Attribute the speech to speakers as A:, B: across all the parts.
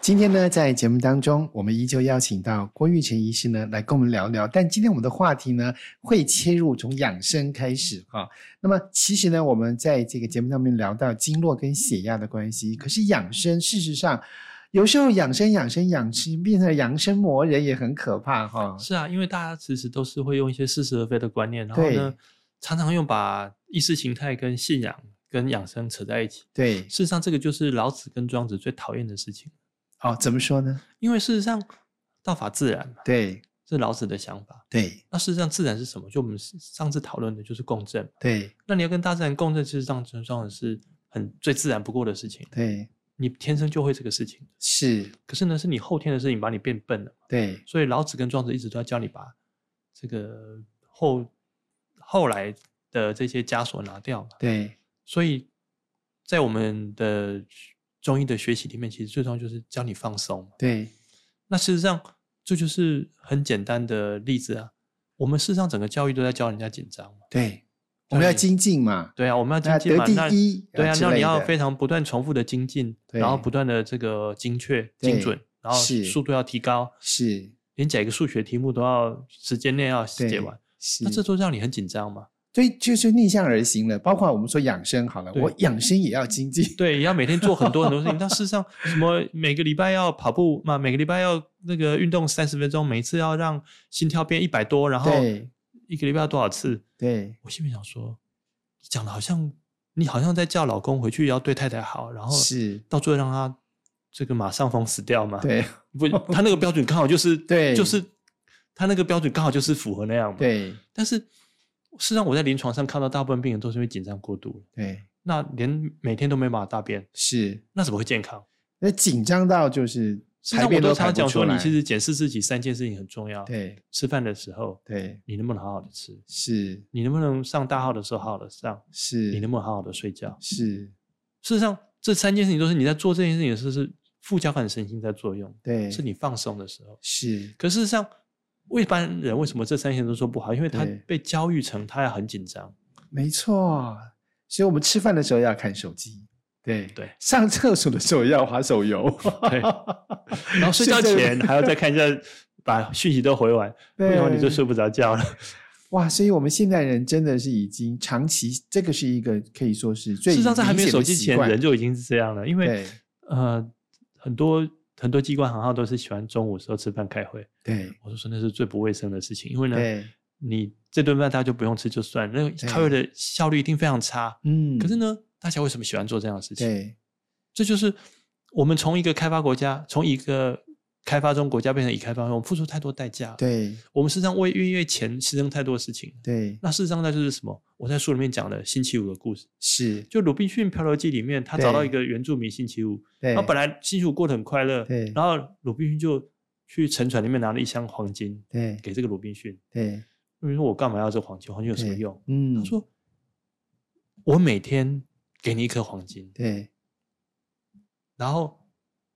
A: 今天呢，在节目当中，我们依旧邀请到郭玉成医师呢来跟我们聊聊。但今天我们的话题呢，会切入从养生开始哈、那么其实呢，我们在这个节目上面聊到经络跟血压的关系，可是养生事实上，有时候养生养生养生变成养生魔人也很可怕哈、
B: 是啊，因为大家其实都是会用一些似是而非的观念，然后
A: 对
B: 呢，常常用把意识形态跟信仰跟养生扯在一起。
A: 对
B: 事，实上，这个就是老子跟庄子最讨厌的事情，
A: 哦，怎么说呢？
B: 因为事实上，道法自然嘛，
A: 对
B: 是老子的想法。
A: 对
B: 那事实上，自然是什么？就我们上次讨论的就是共振嘛。
A: 对
B: 那你要跟大自然共振，事实上，这上是很最自然不过的事情。
A: 对，
B: 你天生就会这个事情，
A: 是，
B: 可是呢，是你后天的事情把你变笨了。
A: 对
B: 所以老子跟庄子一直都在教你把这个后后来的这些枷锁拿掉嘛。
A: 对
B: 所以在我们的中医的学习里面，其实最重要就是教你放松嘛。
A: 对
B: 那事实上，这就是很简单的例子啊。我们事实上整个教育都在教人家紧张嘛。
A: 对，我们要
B: 那你
A: 精进嘛，
B: 对啊，我们要精
A: 那
B: 进
A: 得
B: 嘛。
A: 第
B: 那
A: 一，
B: 对啊，
A: 之
B: 那你
A: 类
B: 要
A: 的
B: 非常不断重复的精进，
A: 对
B: 然后不断的这个精确、
A: 对
B: 精准，然后
A: 是
B: 速度要提高，
A: 是
B: 连解一个数学题目都要时间内要解完。
A: 是，
B: 那这都让你很紧张嘛？
A: 所以就是逆向而行了。包括我们说养生好了，
B: 对
A: 我养生也要精进，
B: 对，也要每天做很多很多事情。 但事实上，什么每个礼拜要跑步嘛，每个礼拜要那个运动三十分钟，每次要让心跳变一百多， 然后
A: 对
B: 一个礼拜要多少次？
A: 对
B: 我心里想说，你讲的好像你好像在叫老公回去要对太太好，然后
A: 是，
B: 到最后让他这个马上封死掉嘛？，
A: 对
B: 不，他那个标准刚好就是
A: 对
B: 啊就是他那个标准刚好就是符合那样嘛。，
A: 对
B: 但是事实上我在临床上看到大部分病人都是因为紧张过度了。
A: 对
B: 那连每天都没办法大便，
A: 是。
B: 那怎么会健康？
A: 那紧张到就是
B: 实际
A: 排
B: 上，我
A: 便
B: 都
A: 排
B: 常
A: 不
B: 讲
A: 出
B: 说，
A: 来。
B: 你其实检视自己三件事情很重要。，
A: 对
B: 吃饭的时候，
A: 对
B: 你能不能好好的吃？
A: 是
B: 你能不能上大号的时候好好的上？
A: 是，
B: 你能不能好好的睡觉？
A: 是
B: 事实上，这三件事情都是你在做这件事情的时候是副交感神经在作用，
A: 对
B: 是你放松的时候。
A: 是
B: 可事实上，一般人为什么这三件都说不好？因为他
A: 对
B: 被教育成他要很 紧张。
A: 没错。所以我们吃饭的时候要看手机，对
B: 对
A: 上厕所的时候要划手游，
B: 对然后睡觉
A: 是这个
B: 前还要再看一下，把讯息都回完，不然后你就
A: 对
B: 睡不着觉了。
A: 哇，所以我们现代人真的是已经长期，这个是一个可以说是最
B: 事实上，在还
A: 明
B: 没有
A: 显
B: 手
A: 的
B: 机
A: 习
B: 前，
A: 惯
B: 人就已经是这样了。因为
A: 对
B: 呃，很多很多机关行号都是喜欢中午时候吃饭开会。
A: 对
B: 我就说那是最不卫生的事情，因为呢，
A: 对，
B: 你这顿饭大家就不用吃就算，了，那个
A: 对
B: 开会的效率一定非常差。
A: 嗯，
B: 可是呢，大家为什么喜欢做这样的事情？
A: 对
B: 这就是我们从一个开发国家，从一个开发中国家变成已开发中，我们付出太多代价了。
A: 对
B: 我们事实上为因为钱牺牲太多事情了。
A: 对
B: 那事实上，那就是什么？我在书里面讲的星期五的故事，
A: 是，
B: 就《鲁滨逊漂流记》里面，他找到
A: 对
B: 一个原住民星期五，
A: 对
B: 他本来星期五过得很快乐，
A: 对
B: 然后鲁滨逊就去沉船里面拿了一箱黄金
A: 对
B: 给这个鲁滨逊。
A: 对，
B: 鲁滨逊说：“我干嘛要这黄金？黄金有什么
A: 对
B: 用？”
A: 嗯，
B: 他说：“我每天给你一颗黄金，
A: 对
B: 然后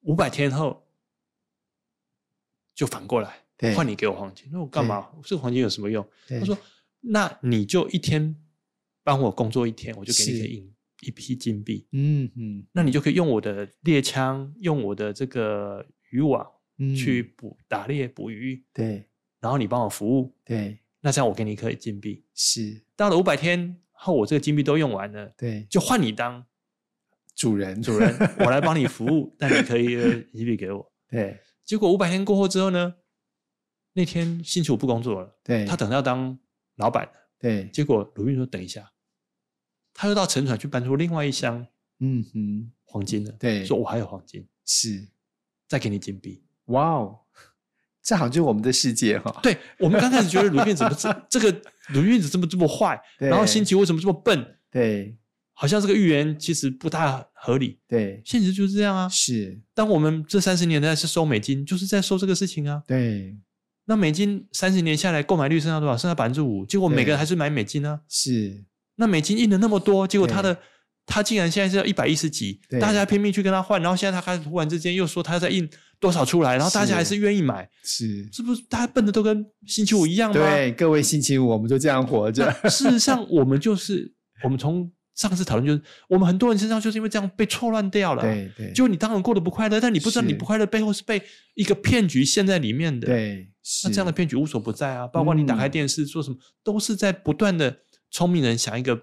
B: 五百天后就反过来
A: 对，
B: 换你给我黄金。那我干嘛？这个黄金有什么用？”
A: 对
B: 他说：“那你就一天帮我工作一天，我就给你一
A: 是
B: 个银一批金币。”
A: 嗯嗯
B: 那你就可以用我的猎枪，用我的这个渔网
A: 嗯，
B: 去捕、打猎、捕鱼，
A: 对
B: 然后你帮我服务，
A: 对
B: 那这样我给你一颗金币。
A: 是，
B: 到了五百天后，我这个金币都用完了，
A: 对
B: 就换你当
A: 主人
B: 主人， 我来帮你服务，但你可以呃金币给我。
A: 对
B: 结果五百天过后之后呢，那天辛楚不工作了，
A: 对，
B: 他等到当老板了。
A: 对
B: 结果鲁豫说：“等一下。”他又到沉船去搬出另外一箱
A: 嗯嗯
B: 黄金了，
A: 对
B: 说：“我还有黄金，
A: 是，
B: 再给你金币。”
A: 哇哦，这好像就是我们的世界哈、
B: 对我们刚开始觉得鲁迅怎么 这这个鲁迅怎么这么坏，
A: 对
B: 然后新奇为什么这么笨，
A: 对
B: 好像这个预言其实不大合理。
A: 对
B: 现实就是这样啊。
A: 是，
B: 当我们这三十年代是收美金，就是在收这个事情啊。
A: 对
B: 那美金三十年下来购买率剩下多少？剩下百分之五。结果
A: 对
B: 每个人还是买美金啊。
A: 是，
B: 那美金印了那么多，结果
A: 对
B: 他的他竟然现在是要一百一十几
A: 对，
B: 大家拼命去跟他换，然后现在他开始突然之间又说他要再印多少出来，然后大
A: 是
B: 家还是愿意买，
A: 是，
B: 是不是？大家笨的都跟星期五一样吗？
A: 对，各位星期五我们就这样活着，
B: 事实上，我们就是我们从上次讨论就是，我们很多人身上就是因为这样被错乱掉了。，
A: 对对，
B: 就你当然过得不快乐，但你不知道
A: 是
B: 你不快乐背后是被一个骗局陷在里面的。，
A: 对
B: 那
A: 是嗯
B: 这样的骗局无所不在啊，包括你打开电视做什么，都是在不断的聪明人想一个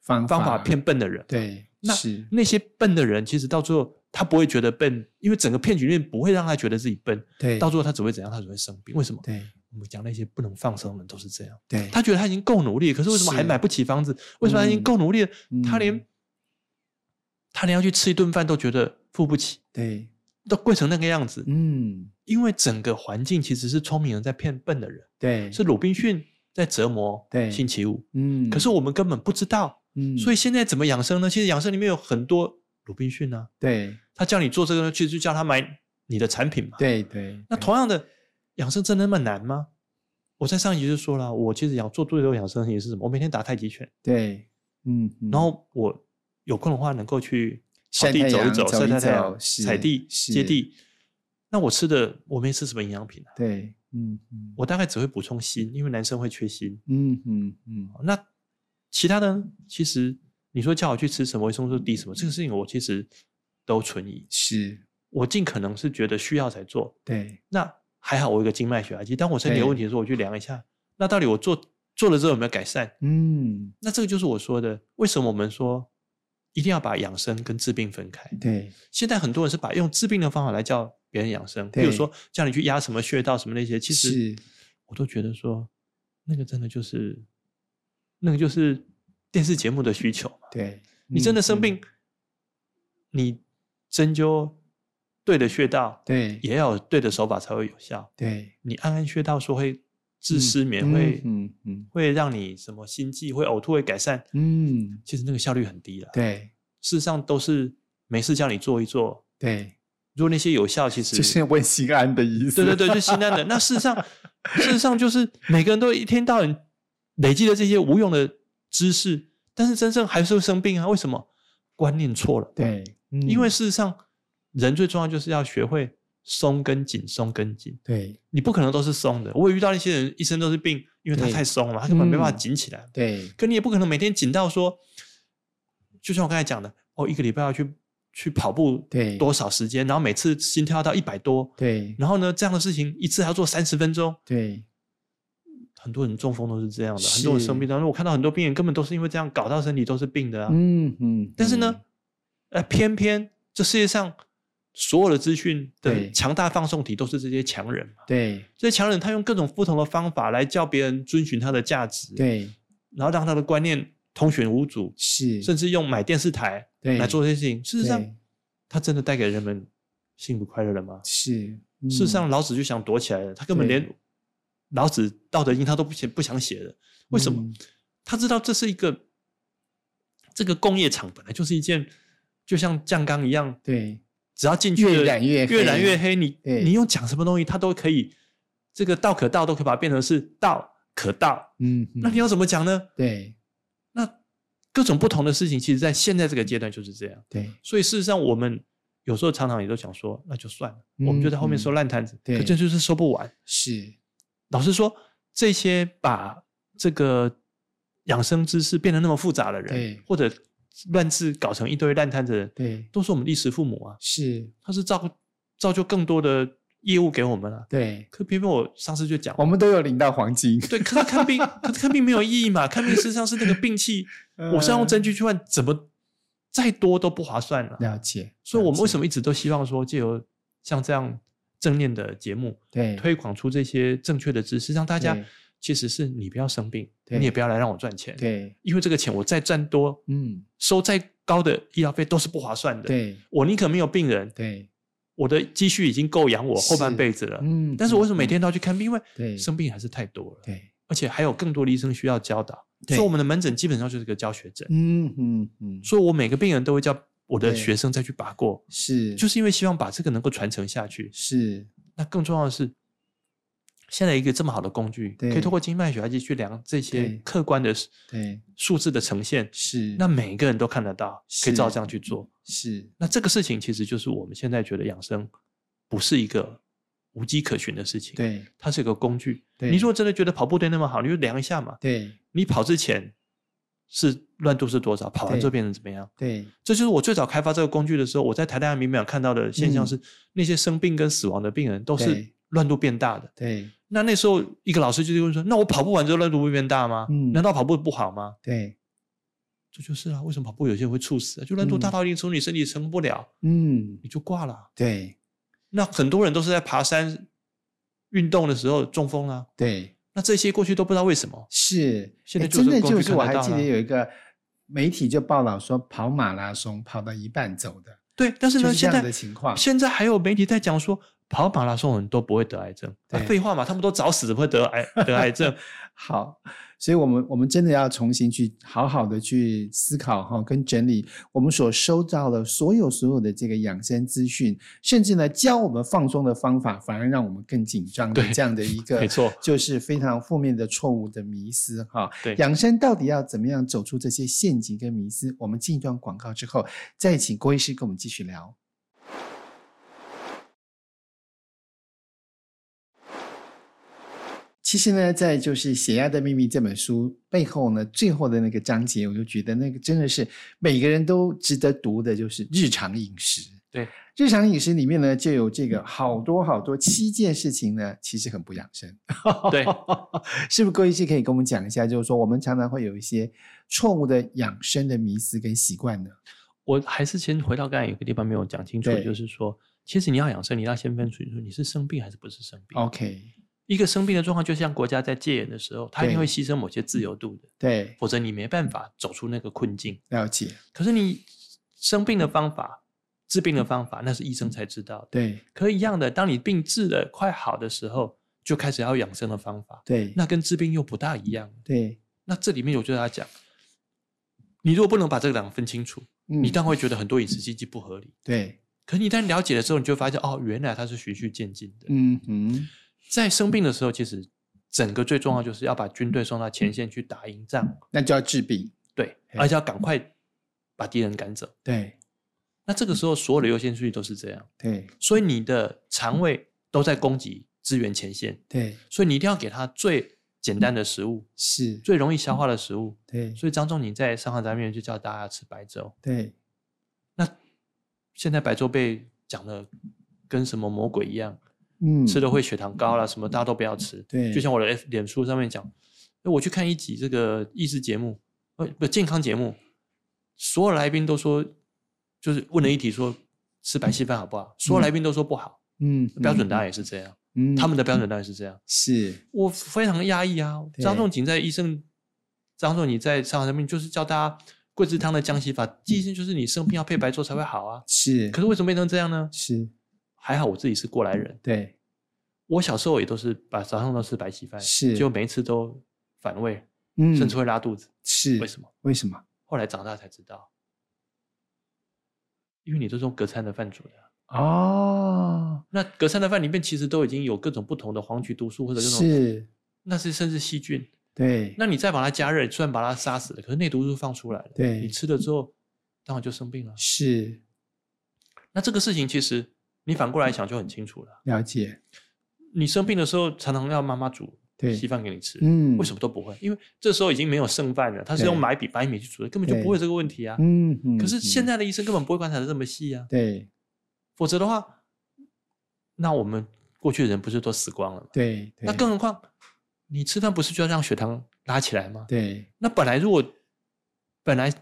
A: 方
B: 方法骗笨的人。
A: 对
B: 那
A: 是
B: 那些笨的人，其实到最后他不会觉得笨，因为整个骗局里面不会让他觉得自己笨，
A: 对
B: 到最后他只会怎样？他只会生病。为什么？
A: 对
B: 我们讲那些不能放生的人都是这样，
A: 对
B: 他觉得他已经够努力了，可是为什么还
A: 是
B: 买不起房子？为什么他已经
A: 嗯
B: 够努力了？他
A: 嗯
B: 连他连要去吃一顿饭都觉得付不起，
A: 对
B: 都贵成那个样子。
A: 嗯
B: 因为整个环境其实是聪明人在骗笨的人，
A: 对
B: 是鲁滨逊在折磨
A: 对
B: 星期五。
A: 嗯，
B: 可是我们根本不知道，
A: 嗯
B: 所以现在怎么养生呢？其实养生里面有很多鲁滨逊啊，
A: 对
B: 他叫你做这个呢，其实就叫他买你的产品嘛。
A: 对对
B: 那
A: 对
B: 同样的，养生真的那么难吗？我在上一集就说了，我其实养做最多养生也是什么？我每天打太极拳，
A: 对嗯，嗯
B: 然后我有空的话能够去草
A: 晒
B: 地
A: 太
B: 走一
A: 阳
B: 走，
A: 走
B: 晒
A: 一
B: 晒太
A: 走
B: 阳，
A: 是
B: 踩地、
A: 是
B: 接地。那我吃的我没吃什么营养品啊，
A: 对嗯嗯
B: 我大概只会补充锌，因为男生会缺锌。
A: 嗯嗯嗯
B: 那其他的呢其实你说叫我去吃什么维生素 D 什么，这个事情我其实都存疑。
A: 是
B: 我尽可能是觉得需要才做，
A: 对
B: 那还好，我有一个经脉血压计，当我身体有
A: 对
B: 问题的时候，我去量一下，那到底我做做了之后有没有改善？
A: 嗯
B: 那这个就是我说的，为什么我们说一定要把养生跟治病分开？
A: 对
B: 现在很多人是把用治病的方法来叫别人养生，比
A: 对
B: 如说叫你去压什么穴道什么那些，其实
A: 是
B: 我都觉得说，那个真的就是，那个就是电视节目的需求嘛。
A: 对
B: 你真的生
A: 嗯
B: 病，
A: 嗯
B: 你针灸对的穴道，
A: 对
B: 也要有对的手法才会有效。
A: 对
B: 你按按穴道说会治
A: 嗯
B: 失眠，
A: 嗯
B: 会、
A: 嗯嗯
B: 会让你什么心悸、会呕吐、会改善，
A: 嗯
B: 其实那个效率很低了。，
A: 对
B: 事实上都是没事叫你做一做，
A: 对，
B: 如果那些有效，其实
A: 就是问心安的意思，
B: 对对对，就心安的。那事实上，事实上就是每个人都一天到晚累积了这些无用的知识，但是真正还是会生病啊？为什么？观念错了。，
A: 对，嗯
B: 因为事实上人最重要就是要学会松跟紧，松跟紧。
A: 对
B: 你不可能都是松的。我有遇到一些人一身都是病，因为他
A: 对
B: 太松了，他根本没办法
A: 嗯
B: 紧起来。
A: 对
B: 可你也不可能每天紧到说，就像我刚才讲的，哦，一个礼拜要去去跑步
A: 对
B: 多少时间，然后每次心跳到一百多，
A: 对
B: 然后呢这样的事情一次还要做三十分钟。
A: 对
B: 很多人中风都是这样的，
A: 是
B: 很多人生病，然后我看到很多病人根本都是因为这样搞到身体都是病的啊。
A: 嗯嗯，
B: 但是
A: 嗯
B: 呢，，呃，偏偏这世界上所有的资讯的
A: 对
B: 强大放送体都是这些强人嘛。
A: 对
B: 这些强人他用各种不同的方法来叫别人遵循他的价值，，
A: 对
B: 然后让他的观念通选无阻，
A: 是，
B: 甚至用买电视台
A: 对
B: 来做这些事情。事实
A: 对
B: 上，他真的带给人们幸福快乐了吗？
A: 是，
B: 事实
A: 嗯
B: 上，老子就想躲起来了，他根本
A: 对
B: 连老子《道德经》他都不想不想写了。为什么？
A: 嗯
B: 他知道这是一个这个工业厂本来就是一件就像酱缸一样，
A: 对
B: 只要进去了
A: 越染越黑
B: 越染越黑，你
A: 对
B: 你用讲什么东西，它都可以，这个道可道都可以把它变成是道可道。
A: 嗯，
B: 那你要怎么讲呢？
A: 对
B: 那各种不同的事情，其实在现在这个阶段就是这样。
A: 对
B: 所以事实上，我们有时候常常也都想说，那就算了，
A: 嗯
B: 我们就在后面收烂摊子，
A: 对
B: 可这就是收不完。
A: 是，
B: 老实说，这些把这个养生知识变得那么复杂的人
A: 对，
B: 或者乱治搞成一堆烂摊子的人，
A: 对
B: 都是我们的衣食父母啊。
A: 是，
B: 它是造造就更多的业务给我们了、啊
A: 对，
B: 可偏偏我上次就讲，
A: 我们都有领到黄金，
B: 对，可是看病，可是看病没有意义嘛？看病事实上是那个病气， 我是要用
A: 真
B: 针灸去换，怎么再多都不划算了、
A: 呃了解，
B: 所以，我们为什
A: 么
B: 么一直都希望说，借由像这样正念的节目，
A: 对
B: 推广出这些正确的知识，让大家
A: 对
B: 其实是你不要生病，
A: 对
B: 你也不要来让我赚钱，
A: 对
B: 因为这个钱我再赚多，
A: 嗯
B: 收再高的医疗费都是不划算的。
A: 对
B: 我宁可没有病人，
A: 对
B: 我的积蓄已经够养我后半
A: 是
B: 辈子了。
A: 嗯，
B: 但是我为什么
A: 嗯
B: 每
A: 嗯
B: 天都要去看病？因为
A: 对
B: 生病还是太多了，
A: 对
B: 而且还有更多的医生需要教导。
A: 对
B: 所以我们的门诊基本上就是个教学诊，
A: 嗯嗯嗯
B: 所以我每个病人都会叫我的
A: 对
B: 学生再去拔过，
A: 是
B: 就是因为希望把这个能够传承下去。
A: 是
B: 那更重要的是，现在一个这么好的工具，可
A: 对
B: 以通过经脉血压计去量这些
A: 对
B: 客观的
A: 对
B: 数字的呈现，
A: 是
B: 那每个人都看得到，可
A: 是
B: 以照这样去做。
A: 是
B: 那这个事情其实就是我们现在觉得养生不是一个无迹可寻的事情，
A: 对
B: 它是一个工具。
A: 对
B: 你如果真的觉得跑步对那么好，你就量一下嘛。
A: 对
B: 你跑之前是乱度是多少，跑完之后变成怎么样。
A: 对，
B: 这就是我最早开发这个工具的时候，我在台大民秒看到的现象是，那些生病跟死亡的病人都哦是
A: 嗯对
B: 乱度变大的。
A: 对，
B: 那那时候一个老师就问说：“那我跑步完之后乱度会变大吗？
A: 嗯
B: 难道跑步不好吗
A: 对，？”
B: 这就是啊，为什么跑步有些人会猝死、啊？就乱度大到一定程度，你身体承受不了，
A: 嗯，
B: 你就挂了啊、
A: 对，
B: 那很多人都是在爬山运动的时候中风了、啊
A: 对，
B: 那这些过去都不知道为什么。
A: 是，
B: 现在
A: 诶
B: 就是
A: 真的
B: 工具
A: 就是
B: 看
A: 我
B: 得
A: 还
B: 到
A: 记得
B: 啦
A: 有一个媒体就报道说跑马拉松跑到一半走的，
B: 对，但是
A: 就
B: 呢，
A: 是这
B: 现
A: 样的
B: 在
A: 情况。
B: 现在还有媒体在讲说，跑马拉松人都不会得癌症。那
A: 对
B: 废话嘛，他们都早死怎么会得癌得 癌症？
A: 好，所以我们我们真的要重新去好好的去思考哈，跟整理我们所收到的所有所有的这个养生资讯，甚至呢教我们放松的方法，反而让我们更紧张的
B: 对
A: 这样的一个
B: 没错，
A: 就是非常负面的错误的迷思哈。
B: 对
A: 养生到底要怎么样走出这些陷阱跟迷思？我们进一段广告之后，再请郭医师跟我们继续聊。其实呢，在就是《血压的秘密》这本书背后呢，最后的那个章节，我就觉得那个真的是每个人都值得读的，就是日常饮食。
B: 对，
A: 日常饮食里面呢，就有这个好多好多七件事情呢，其实很不养生。
B: 对，
A: 是不是郭医师可以跟我们讲一下，就是说我们常常会有一些错误的养生的迷思跟习惯呢？
B: 我还是先回到刚才有个地方没有讲清楚，
A: 对
B: 就是说，其实你要养生，你要先分清楚你是生病还是不是生
A: 哦
B: 病。
A: OK，
B: 一个生病的状况，就像国家在戒严的时候，它一定
A: 对
B: 会牺牲某些自由度的，
A: 对，
B: 否则你没办法走出那个困境。
A: 了解，
B: 可是你生病的方法、治病的方法，那是医生才知道的。
A: 对
B: 可一样的，当你病治的快好的时候，就开始要养生的方法，
A: 对，
B: 那跟治病又不大一样。
A: 对，
B: 那这里面我就要讲，你如果不能把这两个分清楚，
A: 嗯
B: 你当然会觉得很多饮食禁忌不合理。
A: 对，
B: 可你一旦了解了之后，你就会发现哦，原来它是循序渐进的。
A: 嗯哼，
B: 在生病的时候，其实整个最重
A: 嗯
B: 要就是要把军队送到前线去打赢仗，
A: 那就要治病，
B: 对，
A: 嗯嘿
B: 而且要赶快把敌人赶走。
A: 对
B: 那这个时候，所有的优先顺序都是这样。
A: 对
B: 所以你的肠胃都在供给支援前线，
A: 对，
B: 所以你一定要给它最简单的食物、
A: 是，
B: 最容易消化的食物。
A: 对
B: 所以张仲景在《伤寒杂病》就叫大家吃白粥。
A: 对
B: 那现在白粥被讲的跟什么魔鬼一样，
A: 嗯，
B: 吃了会血糖高啦，什么大家都不要吃。
A: 对
B: 就像我的 F 脸书上面讲，诶我去看一集这个益智节目，呃，不健康节目，所有来宾都说，就是问了一题说吃白稀饭好不好，所有来宾都说不好。
A: 嗯，
B: 标准答
A: 案，
B: 案也是这样，
A: 嗯
B: 他们的标准答案是这样。
A: 是
B: 我非常压抑啊！
A: 对
B: 张仲景在医生，张仲景在上海生病，就是教大家桂枝汤的降息法，第一件就是你生病要配白粥才会好啊。
A: 是
B: 可是为什么变成这样呢？
A: 是，
B: 还好我自己是过来人，
A: 对
B: 我小时候也都是把早上都吃白稀饭，
A: 是
B: 结果每一次都反胃，
A: 嗯
B: 甚至会拉肚子。
A: 是
B: 为什么？
A: 为什么？
B: 后来长大才知道，因为你都是用隔餐的饭煮的啊。
A: 哦，
B: 那隔餐的饭里面其实都已经有各种不同的黄曲毒素或者各种
A: 是，
B: 那是甚至细菌。
A: 对
B: 那你再把它加热，虽然把它杀死了，可是内毒素放出来了，
A: 对
B: 你吃了之后，当然就生病了。
A: 是
B: 那这个事情其实你反过来想就很清楚了。
A: 了解，
B: 你生病的时候，常常要妈妈煮
A: 对
B: 稀饭给你吃，
A: 嗯，
B: 为什么都不会？因为这时候已经没有剩饭了，他是
A: 对
B: 用白米白米去煮的，根本就
A: 对
B: 不会有这个问题啊。
A: 嗯？嗯，
B: 可是现
A: 在
B: 在的医生根本不会观察的这么细啊，
A: 对
B: 否则的话，那我们过去的人不是都死光了吗？
A: 对，
B: 那
A: 对
B: 更何况你吃饭不是就要让血糖拉起来吗？
A: 对
B: 那本来如果本来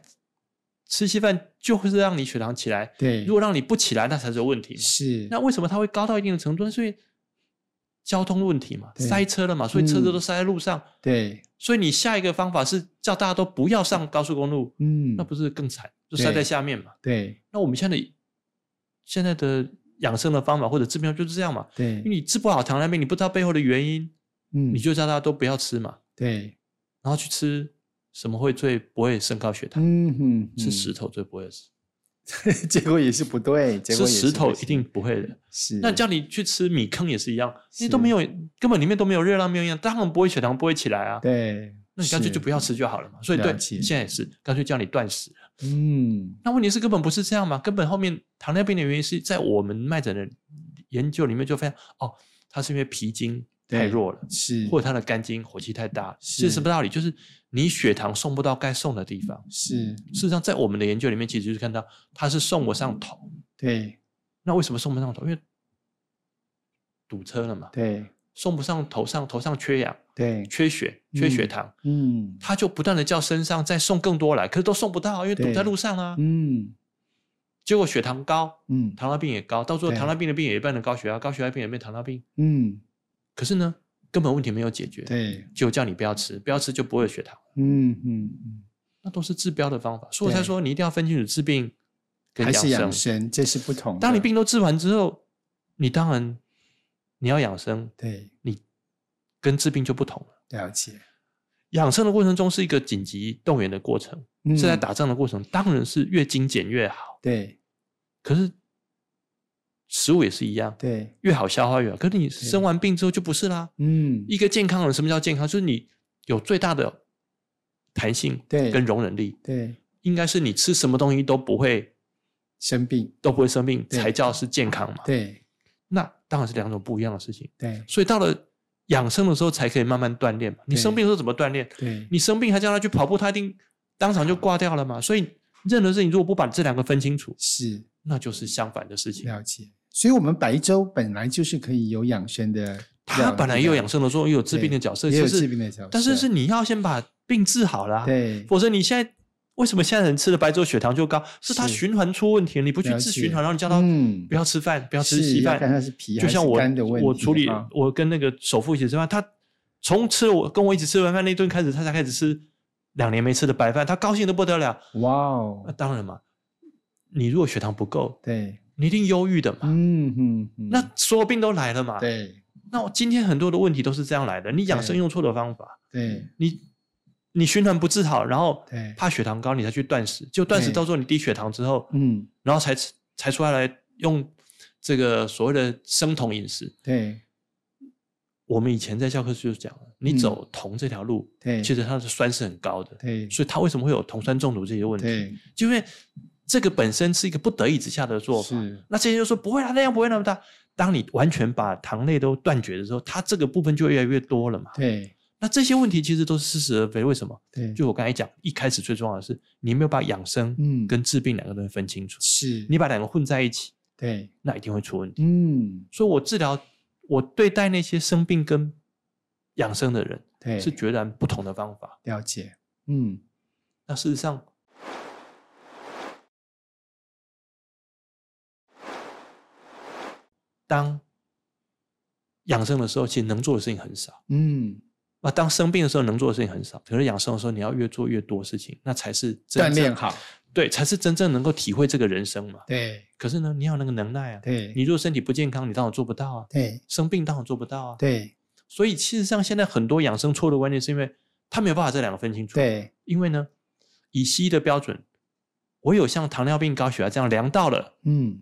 B: 吃稀饭就会是让你血糖起来，
A: 对，
B: 如果让你不起来，那才是有问题嘛。
A: 是
B: 那为什么它会高到一定的程度？所以交通问题嘛，
A: 对
B: 塞车了嘛，所以车子
A: 嗯
B: 都塞在路上。
A: 对，
B: 所以你下一个方法是叫大家都不要上高速公路，
A: 嗯，
B: 那不是更惨？就塞
A: 对
B: 在下面嘛。
A: 对
B: 那我们现在的现在的养生的方法或者治病就是这样嘛，
A: 对
B: 因为，你治不好糖尿病，你不知道背后的原因，
A: 嗯，
B: 你就叫大家都不要吃嘛，
A: 对，
B: 然后去吃什么会最不会升高血糖？
A: 嗯哼，
B: 吃
A: 嗯
B: 石，头最不会死，
A: 结果也是不对，结果
B: 吃
A: 也
B: 石
A: 是不
B: 头一
A: 行
B: 定不会的。
A: 是，
B: 那叫你去吃米糠也是一样，那都
A: 是
B: 没有，根本里面都没有热量，没有营养，当然不会血糖不会起来啊。
A: 对，
B: 那你干脆
A: 是
B: 就不要，吃就好了嘛。所以
A: 了
B: 对，
A: 解
B: 现在也是干脆叫你断食。
A: 嗯，
B: 那问题是根本不是这样嘛，根本后面糖尿病的原因是在我们脉诊的研究里面就发现，哦，它是因为脾经
A: 对
B: 太弱了，
A: 是
B: 或者他的肝经火气太大，
A: 是
B: 这是什么道理？就是你血糖送不到该送的地方。
A: 是，
B: 事实上，在我们的研究里面，其实就是看到它是送不上头。
A: 对
B: 那为什么送不上头？因为堵车了嘛，
A: 对
B: 送不上头上，头上缺氧、
A: 对，
B: 缺血、缺血
A: 嗯
B: 糖，
A: 嗯
B: 他就不断的叫身上再送更多来，可是都送不到，因为堵
A: 对
B: 在路上啊。
A: 嗯
B: 结果血糖高，
A: 嗯
B: 糖尿病也高，到最后
A: 对
B: 糖尿病的病也变成高血压，高血压病也变糖尿病。
A: 嗯，
B: 可是呢，根本问题没有解决，
A: 对，
B: 就叫你不要吃，不要吃就不会有血糖，
A: 嗯嗯嗯。
B: 那都是治标的方法。所以我才
A: 对
B: 说你一定要分清楚治病跟
A: 还是养
B: 养生。
A: 生，这是不同的。
B: 当你病都治完之后，你当然你要养生，
A: 对
B: 你跟治病就不同了。
A: 了解
B: 养生的过程中是一个紧急动员的过程，
A: 嗯
B: 是在打仗的过程，当然是越精简越好。
A: 对
B: 可是食物也是一样，
A: 对
B: 越好消化越好。可是你生完病之后就不是啦。
A: 嗯
B: 一个健康人，什么叫健康？就是你有最大的弹性
A: 对
B: 跟容忍力，
A: 对
B: 应该是你吃什么东西都不会
A: 生病
B: 都不会生病，
A: 对
B: 才叫是健康嘛。
A: 对
B: 那当然是两种不一样的事情。
A: 对
B: 所以到了养生的时候，才可以慢慢锻炼嘛。你
A: 对
B: 生病的时候怎么锻炼？
A: 对
B: 你生病还叫他去跑步，他一定当场就挂掉了嘛。所以任何事情如果不把这两个分清楚，
A: 是
B: 那就是相反的事情。
A: 了解。所以，我们白粥本来就是可以有养生的料，
B: 他本来也有养生的作用，也有治病的角色，
A: 对也有
B: 其实
A: 治病的角色
B: 但是是你要先把病治好了、啊，
A: 对
B: 否则你现在为什么现在人吃的白粥血糖就高？是他
A: 是
B: 循环出问题了，你不去
A: 了
B: 治
A: 解
B: 循环，然后你叫他
A: 嗯
B: 不要吃饭，不
A: 不
B: 要吃稀
A: 看它
B: 饭，
A: 是脾
B: 就
A: 还是
B: 像我
A: 肝的问题。
B: 我处理
A: 啊
B: 我跟那个首富一起吃饭，他从吃我跟我一起吃完饭那顿开始，他才开始吃两年没吃的白饭，他高兴的不得了。
A: 哇
B: 那
A: 哦，
B: 当然嘛，你如果血糖不够，
A: 对，
B: 你一定忧郁的嘛。
A: 嗯嗯嗯，
B: 那所有病都来了嘛？
A: 对
B: 那我今天很多的问题都是这样来的。你养生
A: 对
B: 用错的方法，
A: 对
B: 你你循环不治好，然后
A: 对
B: 怕血糖高，你才去断食，就断食
A: 对
B: 到时候你低血糖之后，
A: 嗯
B: 然后才吃才出来用这个所谓的生酮饮食。
A: 对
B: 我们以前在教科书就讲了，你
A: 嗯
B: 走酮这条路，
A: 对，
B: 其实它的酸是很高的，
A: 对
B: 所以它为什么会有酮酸中毒这些问题？
A: 对
B: 就因为这个本身是一个不得已之下的做法。
A: 是
B: 那这些就说不会啦，那样不会那么大。当你完全把糖类都断绝的时候，它这个部分就越来越多了嘛。
A: 对
B: 那这些问题其实都是似是而非。为什么？
A: 对，
B: 就我刚才讲，一开始最重要的是你没有把养生
A: 嗯
B: 跟治病两个东西分清楚，
A: 是
B: 你把两个混在一起，
A: 对
B: 那一定会出问题。
A: 嗯
B: 所以我治疗，我对待那些生病跟养生的人
A: 对
B: 是决然不同的方法。
A: 了解嗯。
B: 那事实上，当养生的时候，其实能做的事情很少。
A: 嗯，
B: 那当生病的时候，能做的事情很少。可是养生的时候，你要越做越多事情，那才是真
A: 锻
B: 正
A: 炼，好，
B: 对，才是真正能够体会这个人生嘛。
A: 对
B: 可是呢，你要有那个能耐啊。
A: 对，
B: 你如果身体不健康，你当然做不到啊。
A: 对
B: 生病当然做不到啊。
A: 对
B: 所以，事实上，现在很多养生错的观念是因为他没有办法这两个分清楚。
A: 对
B: 因为呢，以西医的标准，我有像糖尿病、高血压这样量到了
A: 嗯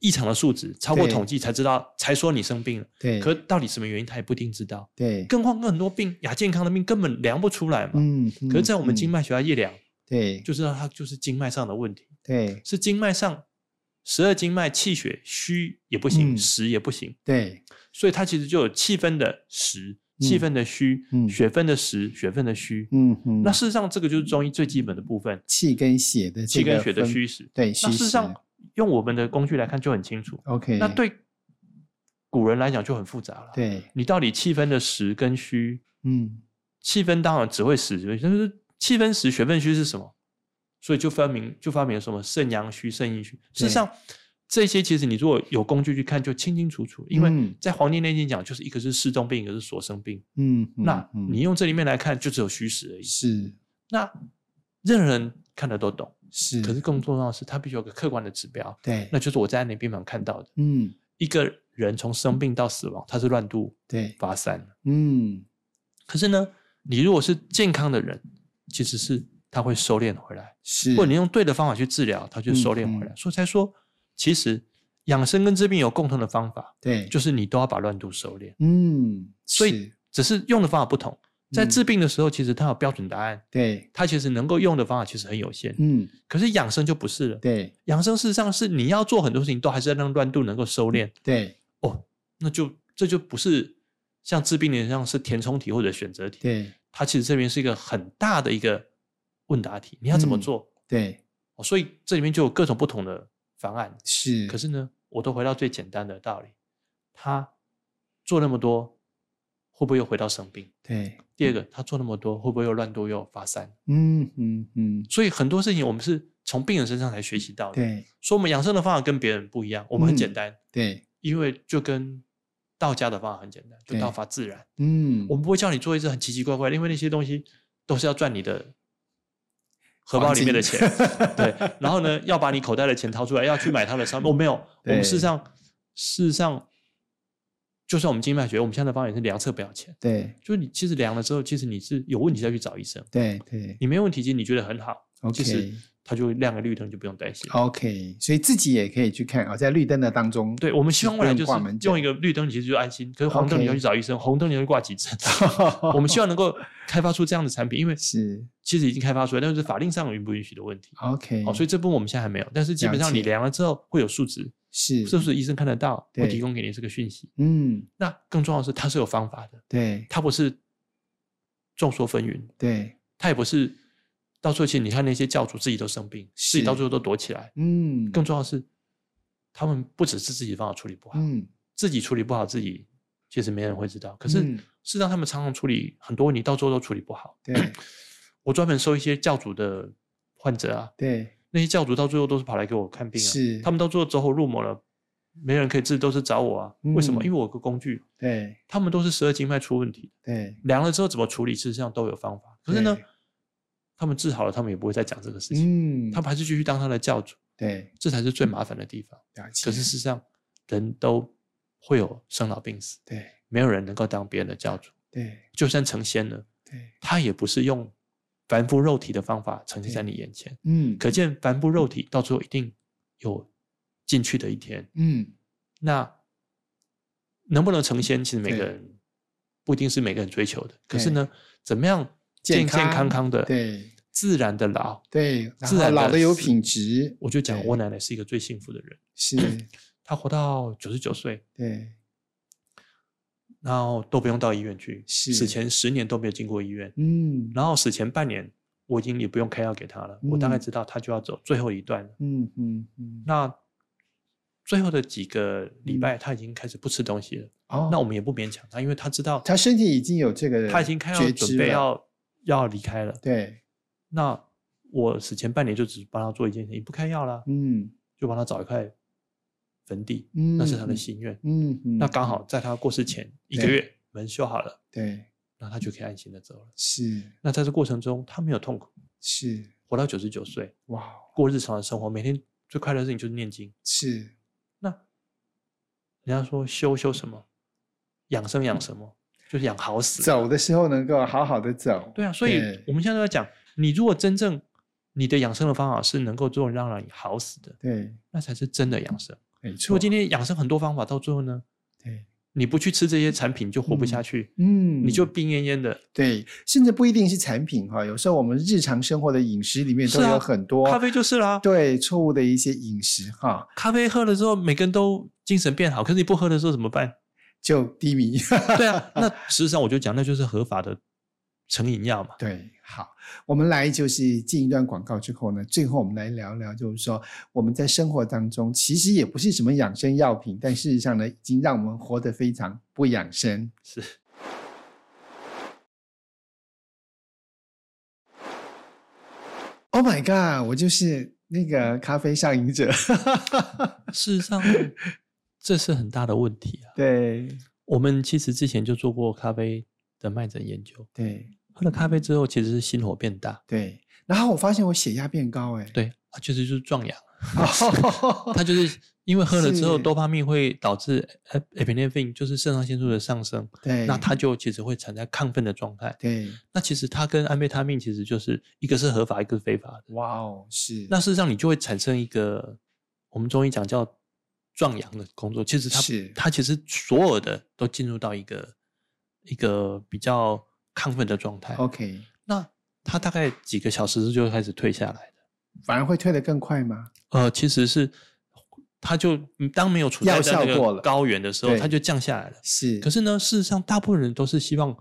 B: 异常的数值，超过
A: 对
B: 统计才知道，才说你生病了。
A: 对，
B: 可到底什么原因，他也不一定知道。
A: 对
B: 更何况很多病，亚健康的病根本量不出来嘛。
A: 嗯，
B: 可是，在我们
A: 嗯
B: 经
A: 嗯
B: 脉学家一量，
A: 对
B: 就知道它就是经脉上的问题，
A: 对
B: 是经脉上十二经脉气血虚也不行，
A: 嗯
B: 实也不行，
A: 对
B: 所以它其实就有气分的实、
A: 嗯
B: 气分的虚、
A: 嗯
B: 血分的实、血分的虚。
A: 嗯嗯，
B: 那事实上，这个就是中医最基本的部分，
A: 气跟血的
B: 气
A: 这
B: 跟
A: 个
B: 血的
A: 分
B: 虚实。
A: 对
B: 那
A: 虚
B: 事实
A: 实
B: 上，用我们的工具来看就很清楚。
A: ，OK，
B: 那对古人来讲就很复杂了。，
A: 对
B: 你到底气分的实跟虚，
A: 嗯
B: 气分当然只会实，但是气分实，血分虚是什么？所以就发明就发明了什么肾阳虚、肾阴虚。事实上，这些其实你如果有工具去看，就清清楚楚。因为
A: 嗯
B: 在《黄帝内经》讲，就是一个是事中病，一个是所生病。
A: 嗯，
B: 那
A: 嗯嗯
B: 你用这里面来看，就只有虚实而已。
A: 是
B: 那任何人看得都懂，
A: 是，
B: 可是更重要的是，它必须有个客观的指标。
A: 对
B: 那就是我在案例病房看到的，
A: 嗯
B: 一个人从生病到死亡，他是乱度
A: 对
B: 发散。
A: 嗯
B: 可是呢，你如果是健康的人，其实是他会收敛回来，
A: 是，嗯
B: 或者你用对的方法去治疗，他就收敛回来。所以才说，其实养生跟治病有共同的方法，
A: 对
B: 就是你都要把乱度收敛，
A: 嗯，
B: 所以
A: 是
B: 只是用的方法不同。在
A: 嗯
B: 治病的时候，其实它有标准答案，
A: 对
B: 它其实能够用的方法其实很有限。
A: 嗯
B: 可是养生就不是了，
A: 对
B: 养生事实上是你要
A: 嗯 네,
B: 做很多事情，都还是要让乱度能够收敛。
A: 对
B: 哦，那就这就不是像治病理学上是填充题或者选择题，
A: 对
B: 它其实这边是一个很大的一个问答题，你要怎么
A: 嗯
B: 做？
A: 对
B: 哦所以这里面就有各种不同的方案。
A: 是，
B: 可是呢，我都回到最简单的道理，他做那么多，会不会又回到生病？
A: 对，
B: 第二个，他做那么多，会不会又乱多又发散？
A: 嗯嗯嗯，
B: 所以很多事情我们是从病人身上才学习到的。
A: 对嗯
B: 所以我们养生的方法跟别人不一样，我们很简单，
A: 对，
B: 因为就跟道家的方法很简单，就
A: 对
B: 道法自然。
A: 嗯，
B: 我们不会叫你做一些很奇奇怪怪的，因为那些东西都是要赚你的荷包里面的钱。 对，然后呢，要把你口袋的钱掏出来，要去买他的商品。哦我、没有，我
A: 对
B: 们事实上，事实上，就算我们经脉学，我们现在的方法也是量测不了钱。
A: 对
B: 就是你其实量了之后，其实你是有问题再去找医生。
A: 对对
B: 你没问题，其实你觉得很好，其
A: ，OK
B: 实他就亮个绿灯，就不用担心。
A: OK，所以自己也可以去看啊，在绿灯的当中，
B: 对，我们希望未来
A: 不
B: 就
A: 用挂门
B: 是
A: 诊
B: 用一个绿灯，你其实就安心；可是黄灯
A: OK
B: 你要去找医生，红灯你要去挂急诊。我们希望能够开发出这样的产品，因为
A: 是
B: 其实已经开发出来，但是法令上允不允许的问题。
A: OK，
B: 哦，所以这部分我们现在还没有，但是基本上
A: 嗯了解
B: 你量了之后会有数值，
A: 是
B: 是不是医生看得到？
A: 对
B: 会提供给你这个讯息。
A: 嗯，
B: 那更重要的是，它是有方法的，
A: 对
B: 它不是众说纷纭，
A: 对，
B: 它也不是到最后，其实你看那些教主自己都生病，自己到最后都躲起来。
A: 嗯，
B: 更重要的是，他们不只是自己的方法处理不好，
A: 嗯，
B: 自己处理不好自己，其实没人会知道。 아，可是
A: 嗯
B: 事实上，他们常常处理很多问题，到最后都处理不好。
A: 对
B: 我专门收一些教主的患者啊，
A: 对
B: 那些教主到最后都是跑来给我看病啊，
A: 是
B: 他们到最后走火入魔了，没人可以治，都是找我啊。为什么？
A: 嗯
B: 因为我有个工具，
A: 对
B: 他们都是十二经脉出问题，
A: 对
B: 量了之后怎么处理，事实上都有方法。可是呢
A: 对，
B: 他们治好了，他们也不会再讲这个事情，
A: 嗯，
B: 他们还是继续当他的教主，
A: 对，
B: 这才是最麻烦的地方。
A: 了解
B: 可是事实上，人都会有生老病死，
A: 对
B: 没有人能够当别人的教主，
A: 对
B: 就算成仙了，
A: 对，
B: 他也不是用凡夫肉体的方法呈现在你眼前。
A: 嗯
B: 可见凡夫肉体到最后一定有进去的一天。
A: 嗯
B: 那能不能成仙，其实每
A: 对
B: 个人不一定是每个人追求的。可是
A: 对
B: 呢，怎么样健
A: 健
B: 健康康的、
A: 对
B: 自然的老？
A: 对，然
B: 自
A: 后
B: 然
A: 老
B: 的
A: 的有
B: 死
A: 品质
B: 我就讲
A: 对
B: 我奶奶是一个最幸福的人，
A: 是，
B: 她活到九十九岁，
A: 对
B: 然后都不用到医院去，
A: 是
B: 死前十年都没有进过医院，
A: 嗯
B: 然后死前半年我已经也不用开药给她了，我大概
A: 嗯
B: 知道她就要走最后一段了。
A: 嗯嗯嗯，
B: 那最后的几个礼
A: 嗯
B: 拜，她已经开始不吃东西了。
A: 哦
B: 那我们也不勉强她，因为她知道
A: 他身体已经有这个，
B: 他已经开要准备要要离开了。
A: 对，
B: 那我死前半年就只帮他做一件事情，不开药啦，
A: 嗯
B: 就帮他找一块坟地，
A: 嗯，
B: 那是他的心愿。
A: 嗯，嗯，
B: 那刚好在他过世前一个
A: 对
B: 月门修好了，
A: 对，
B: 那他就可以安心的走了。
A: 是
B: 那在这过程中，他没有痛苦，
A: 是，
B: 活到九十九岁，
A: 哇，哦
B: 过日常的生活，每天最快乐的事情就是念经。
A: 是
B: 那人家说修修什么，养生养什么，就是养好死。
A: 走的时候能够好好的走，
B: 对啊，所以
A: 对
B: 我们现在都在讲，你如果真正你的养生的方法是能够做让你好死的，
A: 对，
B: 那才是真的养生。
A: 没
B: 所以
A: 错，
B: 我今天养生很多方法，到最后呢，
A: 对，
B: 你不去吃这些产品，你就活不下去，
A: 嗯，
B: 你就病恹恹的。
A: 对，甚至不一定是产品哈，有时候我们日常生活的饮食里面
B: 是
A: 都
B: 啊
A: 有很多
B: 咖啡就是啦，
A: 对错误的一些饮食哈，
B: 咖啡喝了之后，每个人都精神变好，可是你不喝的时候怎么办？
A: 就低迷，
B: 对啊，那事实上我就讲，那就是合法的成瘾药嘛。
A: 对，好，我们来就是进一段广告之后呢，最后我们来聊聊，就是说我们在生活当中其实也不是什么养生药品，但事实上呢，已经让我们活得非常不养生。
B: 是
A: ，Oh my god，我就是那个咖啡上瘾者。
B: 事实上，这是很大的问题啊。
A: 对
B: 我们其实之前就做过咖啡的脉诊研究，
A: 对
B: 喝了咖啡之后，其实是心火变大，
A: 对，然后我发现我血压变高，哎，
B: 对，它其实就是壮阳，
A: 哦，
B: 它就是因为喝了之后，
A: 是
B: 多巴胺会导致 ep- epinephrine 就是肾上腺素的上升，
A: 对，
B: 那它就其实会产生亢奋的状态。
A: 对，
B: 那其实它跟安非他命其实就是一个是合法，一个是非法的。
A: 哇哦，是
B: 那事实上你就会产生一个我们中医讲叫壮阳的工作，其实它
A: 是
B: 它其实所有的都进入到一个一个比较亢奋的状态。
A: OK，
B: 那它大概几个小时就会开始退下来。
A: 反而会退得更快吗？
B: 呃，其实是它就嗯当没有处在
A: 药
B: 在那
A: 效过
B: 个
A: 了
B: 高原的时候，
A: 对
B: 它就降下来了。
A: 是，
B: 可
A: 是
B: 是呢，事实上大部分人都是希望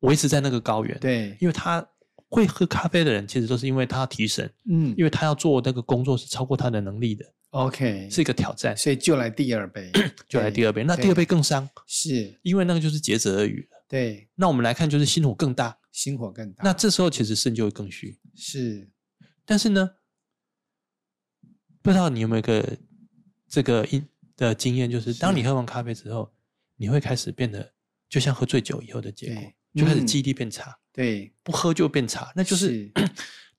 B: 维持在那个高原，
A: 对，
B: 因为他会喝咖啡的人，其实都是因为他要提神，
A: 嗯
B: 因为他要做那个工作是超过他的能力的，
A: ，OK，
B: 是一个挑战，
A: 所以就来第二杯，
B: 就来第
A: 二
B: 二杯。那第二杯更伤，
A: 是，
B: 因为那个就是竭泽而渔了。
A: 对，
B: 那我们来看，就是心火更大，
A: 心火更大，
B: 那这时候其实肾就会更虚。
A: 是
B: 但是呢，不知道你有没有一个这个一的经验，就是当你喝完咖啡之后，你会开始变得就像喝醉酒以后的结果，
A: 对
B: 就开始
A: 嗯
B: 记忆力变差，
A: 对，
B: 不喝就变差，那就是
A: 是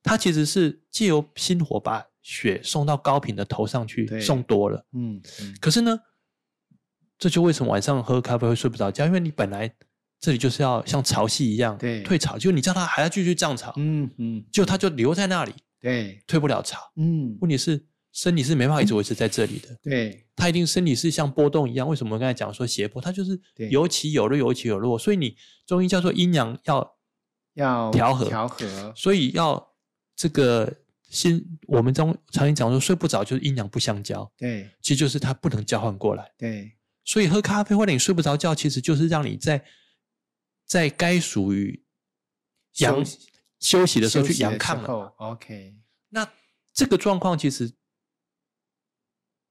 B: 它其实是借由心火把血送到高频的头上去，
A: 对
B: 送多了。
A: 嗯，嗯
B: 可是呢，这就为什么晚上喝咖啡会睡不着觉，因为你本来这里就是要像潮汐一样
A: 对
B: 退潮，就你叫它还要继续涨潮，
A: 嗯嗯，
B: 就它就留在那里，
A: 对，
B: 退不了潮。
A: 嗯
B: 问题是身体是没办法一直维持在这里的，
A: 对，
B: 它一定身体是像波动一样。为什么我刚才讲说斜坡，它就是
A: 对
B: 有起有落，有起有落。所以你中医叫做阴阳要，
A: 要
B: 调和
A: 调和，
B: 所以要这个心，我们中常讲说睡不着就是阴阳不相交，
A: 对
B: 其实就是它不能交换过来。
A: 对
B: 所以喝咖啡或者你睡不着觉，其实就是让你在在该属于
A: 休
B: 阳
A: 息
B: 休息的时候
A: 休
B: 去
A: 息的
B: 阳
A: 时
B: 亢啊了。
A: 候，OK，
B: 那这个状况其实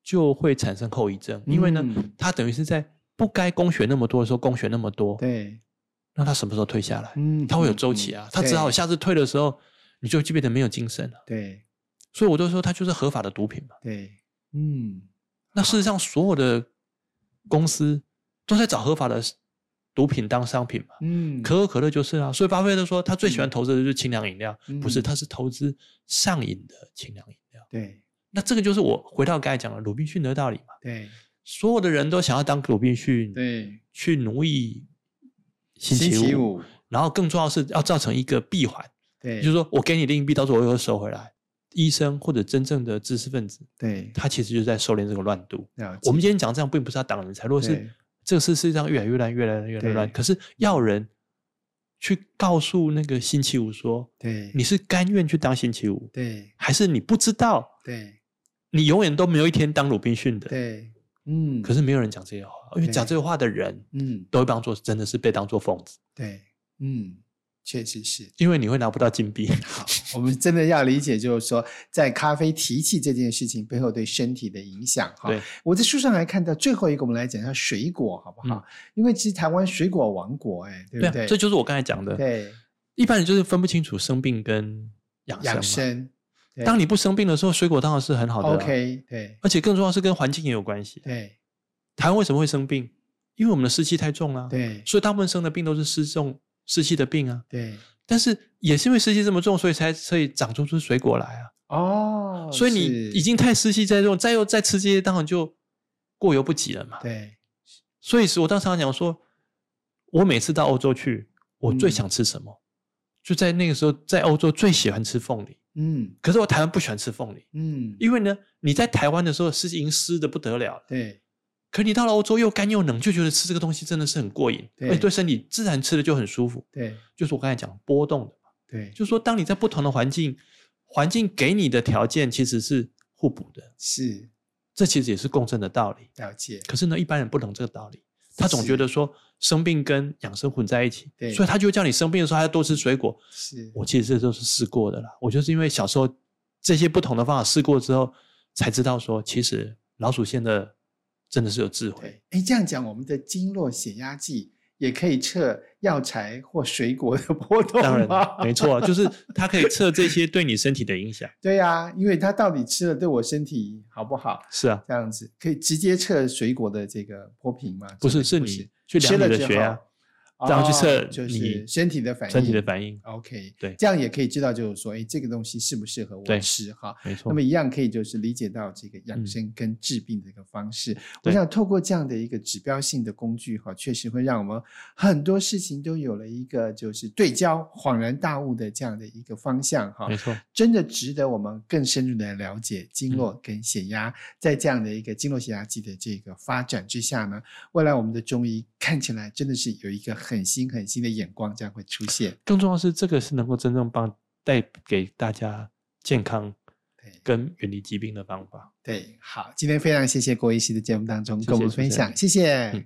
B: 就会产生后遗症，因为呢，
A: 嗯
B: 它等于是在不该供血那么多的时候供血那么多，
A: 对，
B: 那它什么时候退下来？
A: 嗯，
B: 它会有
A: 嗯
B: 周期
A: 嗯
B: 啊，它只好下次退的时候，你就就变得没有精神了。
A: 对
B: 所以我都说它就是合法的毒品嘛。
A: 对对，嗯，
B: 那事实上，所有的公司都在找合法的毒品当商品嘛。
A: 嗯，
B: 可口可乐就是啊，所以巴菲特说他最喜欢投资的就是清凉饮料，不是，
A: 嗯
B: 他是投资上瘾的清凉饮料。
A: 对
B: 那这个就是我回到刚才讲的鲁滨逊的道理嘛，
A: 对
B: 所有的人都想要当鲁滨逊，
A: 对，
B: 去奴役星
A: 星
B: 期五，
A: 期五，
B: 然后更重要的是要造成一个闭环，
A: 对，
B: 就是说我给你的硬币，到时候我又收回来。医生或者真正的知识分子，
A: 对，
B: 他其实就是在收敛这个乱度。
A: 了解
B: 我们今天讲这样，并不是要挡人才，如果是
A: 对
B: 这个事世界上越来越乱，越来越
A: 对
B: 乱，可是要人去告诉那个星期五说，
A: 对
B: 你是甘愿去当星期五，
A: 对
B: 还是你不知道，
A: 对
B: 你永远都没有一天当鲁滨逊的？
A: 对，嗯，
B: 可是没有人讲这些话，因为
A: 对
B: 讲这些话的人
A: 嗯
B: 都会当做真的是被当做疯子，
A: 对嗯，确实是。
B: 因为你会拿不到金币。
A: 好，我们真的要理解，就是说，在咖啡提气这件事情背后对身体的影响哈。
B: 对，
A: 我在书上还看到最后一个，我们来讲一下水果好不好？因为其实台湾水果王国，哎，对
B: 嗯对
A: 不
B: 啊，
A: 对？
B: 这就是我刚才讲的。
A: 对
B: 一般人就是分不清楚生病跟养生嘛。
A: 养生对
B: 当你不生病的时候，水果当然是很好的啊、
A: ，OK，对
B: 而且更重要是跟环境也有关系。
A: 对
B: 台湾为什么会生病？因为我们的湿气太重啊了、
A: 对
B: 所以大部分生的病都是湿重湿气的病啊。
A: 对，
B: 但是也是因为湿气这么重，所以才所以长出出水果来啊。
A: 哦，
B: 所以你
A: 是
B: 已经太湿气太重，再又再吃这些，当然就过犹不及了嘛。
A: 对
B: 所以是我当时常讲说，我每次到欧洲去，我最
A: 嗯
B: 想吃什么，就在那个时候，在欧洲最喜欢吃凤梨。
A: 嗯
B: 可是我台湾不喜欢吃凤梨，
A: 嗯，
B: 因为呢，你在台湾的时候是已经湿的不得了了，
A: 对
B: 可你到了欧洲又干又冷，就觉得吃这个东西真的是很过瘾，
A: 对
B: 而且对身体自然吃的就很舒服。
A: 对
B: 就是我刚才讲波动的嘛，
A: 对，
B: 就是说当你在不同的环境，环境给你的条件其实是互补的，
A: 是
B: 这其实也是共振的道理。
A: 了解，
B: 可是呢，一般人不懂这个道理，他总觉得说生病跟养生混在一起，
A: 对
B: 所以他就会叫你生病的时候还要多吃水果。
A: 是
B: 我其实这都是试过的啦，我就是因为小时候这些不同的方法试过之后，才知道说其实老鼠现的真的是有智慧
A: 对。，哎，这样讲，我们的经络血压计也可以测药材或水果的波动
B: 当然
A: 吗，
B: 没。错，啊就是它可以测这些对你身体的影响。
A: 对呀、因为它到底吃了对我身体好不好？
B: 是 啊，
A: 这样子可以直接测水果的这个波频吗？
B: 不
A: 这
B: 是，
A: 个
B: 是
A: 不
B: 你去量
A: 吃
B: 你
A: 了
B: 的
A: 之
B: 血啊压，
A: 后
B: 然后去测
A: 哦就
B: 你
A: 是身体的反应，
B: 身体的反应。
A: OK，
B: 对
A: 这样也可以知道，就是说，哎，这个东西适不适合我
B: 对
A: 吃哈。
B: 没错
A: 那么，一样可以就是理解到这个养
B: 嗯
A: 生跟治病的一个方式。我
B: 对
A: 想透过这样的一个指标性的工具哈，确实会让我们很多事情都有了一个就是对焦、恍然大悟的这样的一个方向哈。
B: 没错，
A: 真的值得我们更深入的了解经
B: 嗯
A: 络跟血压，在这样的一个经络血压计的这个发展之下呢，未来我们的中医看起来真的是有一个很新很新的眼光将会出现。
B: 更重要的是这个是能够真正帮带给大家健康
A: 对，对
B: 跟远离疾病的方法。
A: 对，好，今天非常谢谢郭医师的节目当中
B: 谢谢
A: 跟我们分享，谢谢
B: 嗯